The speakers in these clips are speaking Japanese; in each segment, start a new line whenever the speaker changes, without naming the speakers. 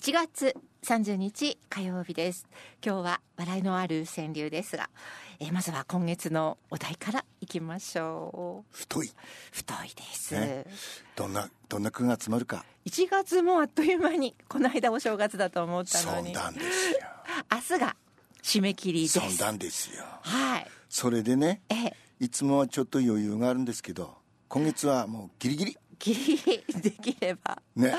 4月30日火曜日です今日は笑いのある川柳ですが、えーまずは今月のお題からいきましょう
太い
太いです、
ねどんなどんな句が詰まるか
1月もあっという間にこの間お正月だと思った
そ
の
ん
に
なんですよ
明日が締め切りです
そんなんですよ
はい
それでね
えー
いつもはちょっと余裕があるんですけど今月はもうギリギリ
ギリギリできれば
ね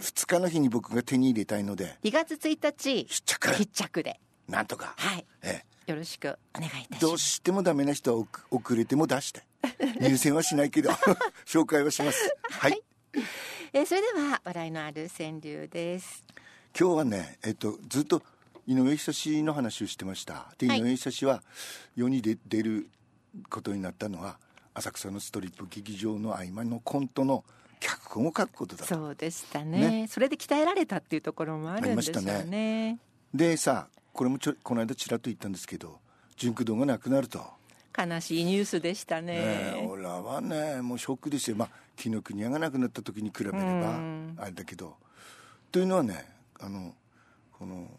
2日の日に僕が手に入れたいので
2月1日
必着
必着で
なんとか、
はい
え
よろしくお願いいた
え、
し
どう
ます
してもダメな人は遅遅れても出して入選はしないけ ど紹介はしますはい
えーそれでは笑いのある川柳です
今日はね、えっと、ずっと井上久志の話をしてましたで、
はい
井上久志は世に出出ることになったのは浅草のストリップ劇場の合間のコントの脚本を書くことだと
そうでしたねそれで鍛えられたっていうところもあるんでしょう
ありました
ね
でさこれもちょこの間ちらっと言ったんですけど純駆動がなくなると、
悲しいニュースでしたね
ええ俺らはねもうショックですよまあ紀ノ国屋がなくなった時に比べれば
うん
あれだけどというのはねあのこの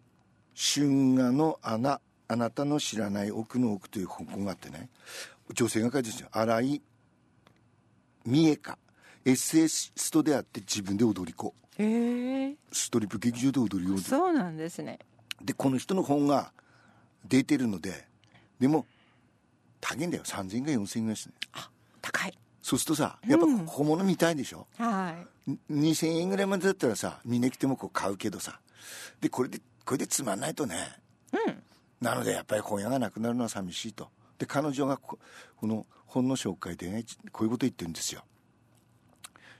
「春画の穴あなたの知らない奥の奥」という本があってね女性が書いてるんですよ荒井三重香エッセイストであって自分で踊り子
へえ
ストリップ劇場で踊り子
そうなんですね
でこの人の本が出てるのででも高いんだよ3000円か4000円ぐらいですね
高い
そうするとさやっぱ小物見たいでしょ、
は
2000円ぐらいまでだったらさ見に来てもこう買うけどさでこれでこれでつまんないとね、なのでやっぱり本屋がなくなるのは寂しいとで彼女がここの本の紹介でねこういうこと言ってるんですよ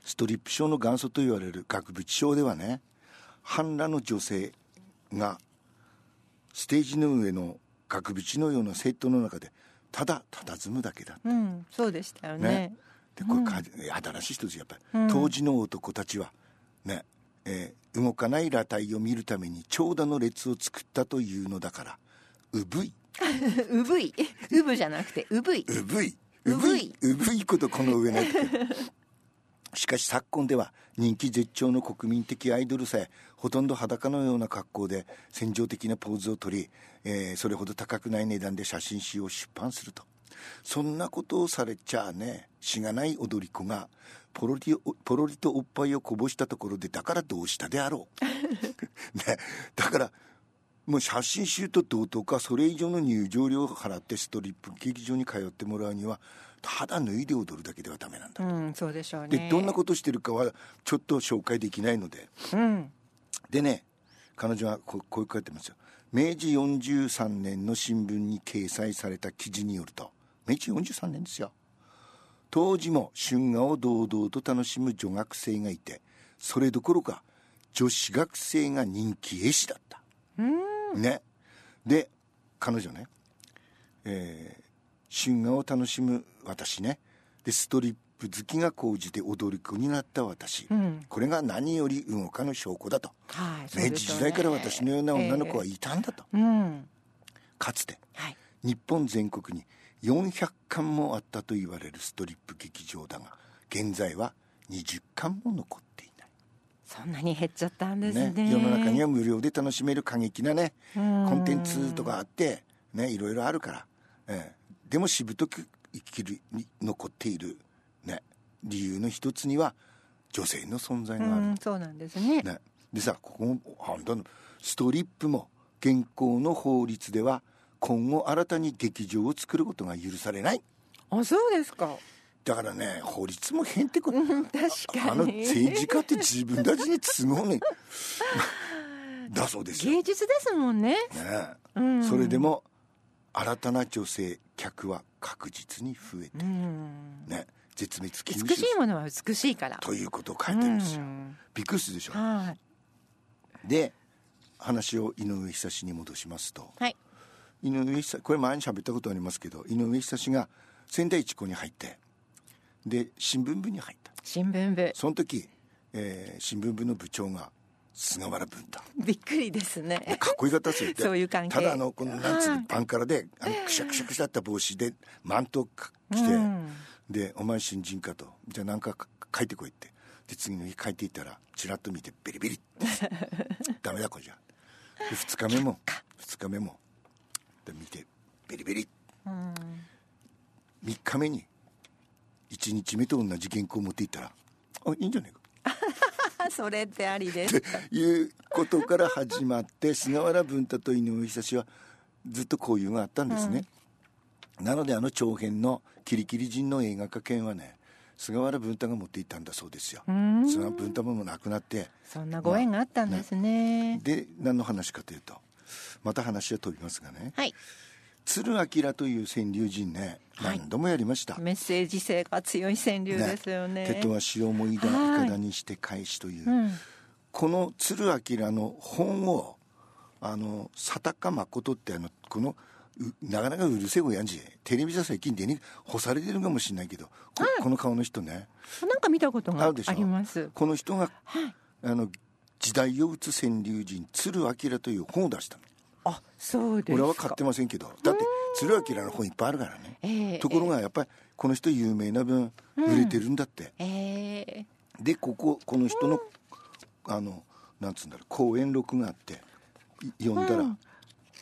ストリップ症の元祖と言われる額縁症ではね半裸の女性がステージの上の額縁のようなセットの中でただ佇むだけだ
いうんそうでしたよね
ねでこれか、新しい人ですよやっぱり、
うん
当時の男たちはね、えー動かない裸体を見るために長蛇の列を作ったというのだからうぶいう
ぶい うぶじゃなくてうぶいう
ぶいうう
ぶ
ぶ
い
いうぶいことこの上ないしかし昨今では人気絶頂の国民的アイドルさえほとんど裸のような格好で戦場的なポーズをとり、えーそれほど高くない値段で写真集を出版するとそんなことをされちゃあねしがない踊り子がポロリおポロリとおっぱいをこぼしたところでだからどうしたであろう、 ね、だからもう写真集と同等かそれ以上の入場料を払ってストリップ劇場に通ってもらうにはただ脱いで踊るだけではダメなんだ、
うんそうでしょうね
でどんなことしてるかはちょっと紹介できないので
とうん
でね彼女はここう書いてますよ明治43年の新聞に掲載された記事によると明治43年ですよ当時も春画を堂々と楽しむ女学生がいてそれどころか女子学生が人気絵師だったねで彼女ね、えー春画を楽しむ私ねでストリップ好きが高じて踊り子になった私、
ん
これが何より動かぬ証拠だと、
はいそう
明
で
治
しょう
時
ね
代から私のような女の子はいたんだと、
ええうん
かつて
はい
日本全国に400館もあったと言われるストリップ劇場だが現在は20館も残っていない
そんなに減っちゃったんですね
ね世の中には無料で楽しめる過激なねコ
ん
ンテンツとかあって、ね、いろいろあるから、ええでもしぶとく生きるに残っている、ね、理由の一つには女性の存在
う
がある、
んそうなんですね
ね、でさここもあんたのストリップも現行の法律では今後新たに劇場を作ることが許されない
あそうですか
だからね法律も変ってこと
うん確
あ
か
の
に
政治家って自分たちに都合ね だそうですよ
芸術ですもんね
ねえ
うん
それでも新たな女性客は確実に増えて、
うん
ね、絶滅
美
禁
しい
止
ものは美しいから
ということを書いてるんですよ、
うん
びっくりするでしょ
はい
で話を井上久志に戻しますと
はい
井上久志これ前に喋ったことありますけど井上久志が仙台一高に入ってで新聞部に入った
新聞 部
その時、えー新聞部の部長が菅原文太
びっくりですね
かっこよかったですよ
そういう関係
ただあのこのなんつう
は
のバンカラであのくしゃくしゃくしゃった帽子でマントをか着て、
うん
で「お前新人か」と「じゃあ何かか書いてこい」ってで次の日帰っていったらちらっと見てビリビリって ダメだこれじゃで2日目も2日目もで見てビリビリ
うん
3日目に1日目と同じ原稿を持っていったらあいいんじゃないか
あそれってありです。
ということから始まって菅原文太と井上久志はずっと交友があったんですね、なのであの長編の「キリキリ人」の映画化権はね菅原文太が持っていったんだそうですよ
うん
菅原文太ももう亡くなって
そんなご縁があったんですね。
で何の話かというとまた話は飛びますがね
はい。
鶴明という川柳人ね
はい
何度もやりました、
メッセージ性が強い川柳ですよね。
手とは塩もいだ
はい
いかだにして返しという、
うん。
この鶴明の本をあの佐高誠ってあのこのうなかなかうるせえ親父テレビじゃ最近出に干されてるかもしれないけどこ,、この顔の人ね
なんか見たことが
あ
あ
るでしょ
ります。
この人が、あの時代を打つ川柳人鶴明という本を出したの
あ、そうですか。
俺は買ってませんけどだって鶴明の本いっぱいあるからね、
ええ
ところがやっぱりこの人有名な分売れてるんだって、
ええ
でこここの人の、あのなんつうんだろう講演録があってい読んだら、
うん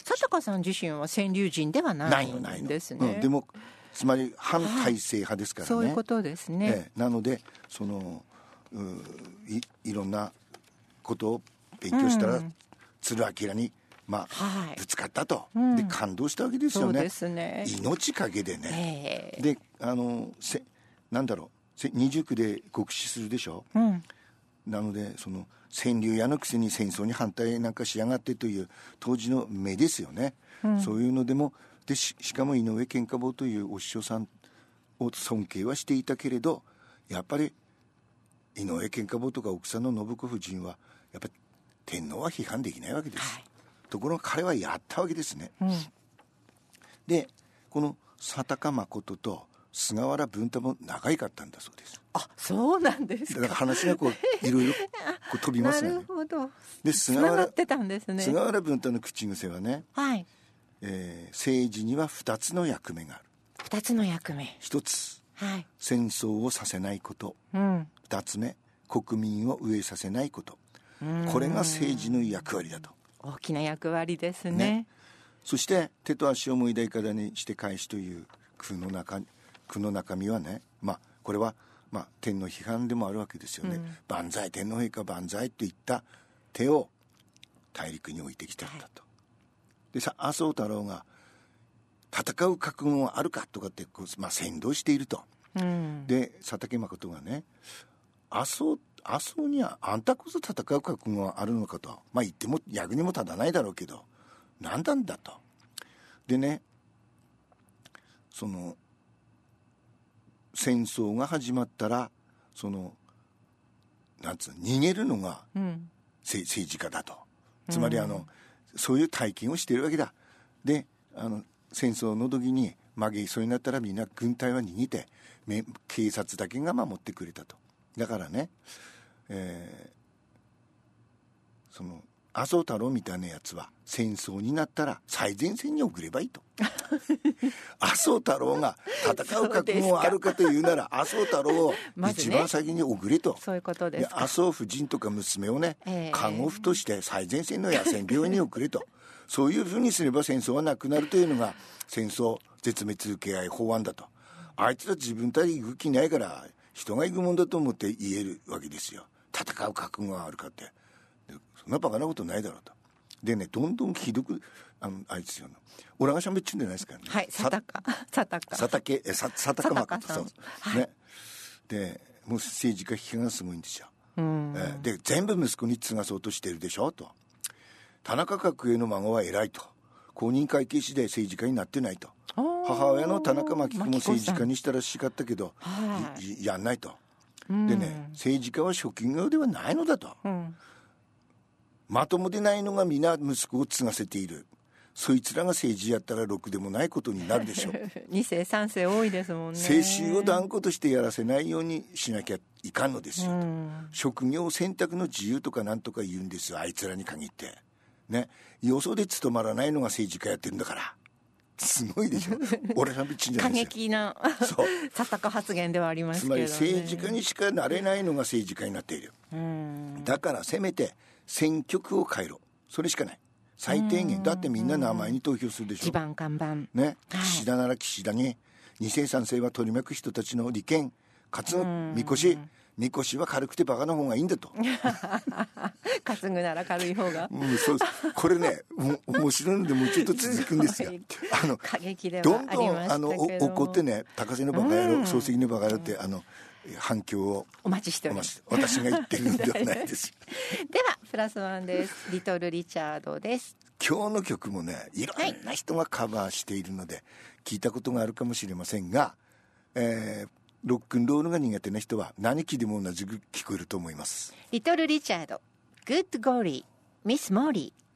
佐高さん自身は川柳人ではな
ない
い
のない
ん
の
ですね。
うん、でもつまり反体制派ですからね、
そういうことですね。
ええなのでそのういいろんなことを勉強したら、
うん
鶴明に、まあ
はい
ぶつかったと、
ん
で感動したわけです
そ
よ
う
ね
ですね。
命かけでね、
ええ
であのせなんだろうせ二十区で極死するでしょ
うん。
なのでその川柳屋のくせに戦争に反対なんかしやがってという当時の目ですよね、そういうのでもでししかも井上健家坊というお師匠さんを尊敬はしていたけれどやっぱり井上健家坊とか奥さんの信子夫人はやっぱり天皇は批判できないわけです、
はい
ところが彼はやったわけですね、でこの佐高誠と菅原文太も長いかったんだそうです
あ、そうなんです
だから
か。
話がこういろいろこう飛びま
な
すよ
る
ね
ほど。
で
つ
菅
なが
原
ってたんですね。
菅原文太の口癖はね、
はい。
えー政治には2つの役目がある
二つの役目。
1つ
はい。
戦争をさせないこと
うん。
2つ目国民を飢えさせないこと
うん
これが政治の役割だと
大きな役割ですね
ね。そして手と足をもいだいかだにして返しという句の中句の中身はねまあこれは、まあ、天皇批判でもあるわけですよね、万歳天皇陛下万歳といった手を大陸に置いてきたんだと、でさ麻生太郎が戦う覚悟はあるかとかってこう、まあ、先導していると
うん。
で佐竹誠がね麻生麻生にはあんたこそ戦う覚悟があるのかとまあ言っても役にも立たないだろうけど何なんだとでねその戦争が始まったらそのなんつうの逃げるのが
うん。
せ政治家だとつまりあの、そういう体験をしているわけだであの戦争の時に曲げそうになったらみんな軍隊は逃げてめ警察だけが守ってくれたとだからね、えーその麻生太郎みたいなやつは戦争になったら最前線に送ればい いと麻生太郎が戦う覚悟はあるかというなら麻生太郎を
まず
一
ね
番先に送れと、
そういうことで。
です麻生夫人とか娘をね、
ええ
看護婦として最前線の野戦病院に送れと そういうふうにすれば戦争はなくなるというのが戦争絶滅受け合い法案だとあいつら自分たち行く気ないから人が行くもんだと思って言えるわけですよ戦う覚悟があるかってでそんなバカなことないだろうとでねどんどんひどくあのあいつよの俺がしゃべっちゅうんじゃないですからね、
はい。佐高。佐高。
佐竹えさ佐高
佐高
誠
さ
さ
ん
んねでもう政治家批判がすごいんですよ、
うん。
えーで全部息子に継がそうとしてるでしょと田中角栄の孫は偉いと公認会計士で政治家になってないと
おー
母親の田中真紀子も政治家。
真紀
にしたらしかったけど、
さんはい
いやんないと、
い。うん
でね。政治家は職業ではないのだと
うん。
まともでないのが皆息子を継がせているそいつらが政治やったらろくでもないことになるでしょう
二世三世多いですもんね。
青春を断固としてやらせないようにしなきゃいかんのですよ、
うん。
職業選択の自由とかなんとか言うんですよあいつらに限ってね予想で務まらないのが政治家やってるんだからすごい でしょ俺らみちんじゃな
過
いですよ
激な
そう
殺作発言ではあります
つ
けど、
ま
ね、
り政治家にしかなれないのが政治家になっている
うん
だからせめて選挙区を変えろそれしかない最低限だってみんな名前に投票するでし
地
ょ
盤看板
ね、
はい
岸田なら岸田に二世三世は取り巻く人たちの利権担ぐみこしみこしは軽くてバカな方がいいん だと、
担ぐなら軽い方が
うん、そうですこれねお面白いのでもうちょっと続くんです
す
が
ごい
あの
過激で
ど
は
ん
あり
ど
ま
んあの
した
お
けど
怒ってね高瀬のバカ野郎漱石のバカ野郎ってあの反響を
お待ちしており
お
ま
待
す
ち私が言ってるんではないです
ではプラスワンですリトルリチャードです
今日の曲もねいろんな人がカバーしているので聞いたことがあるかもしれませんが、えーロックンロールが苦手な人は何聴いても同じく聞こえると思います
リトルリチャードグッドゴーリーミスモーリー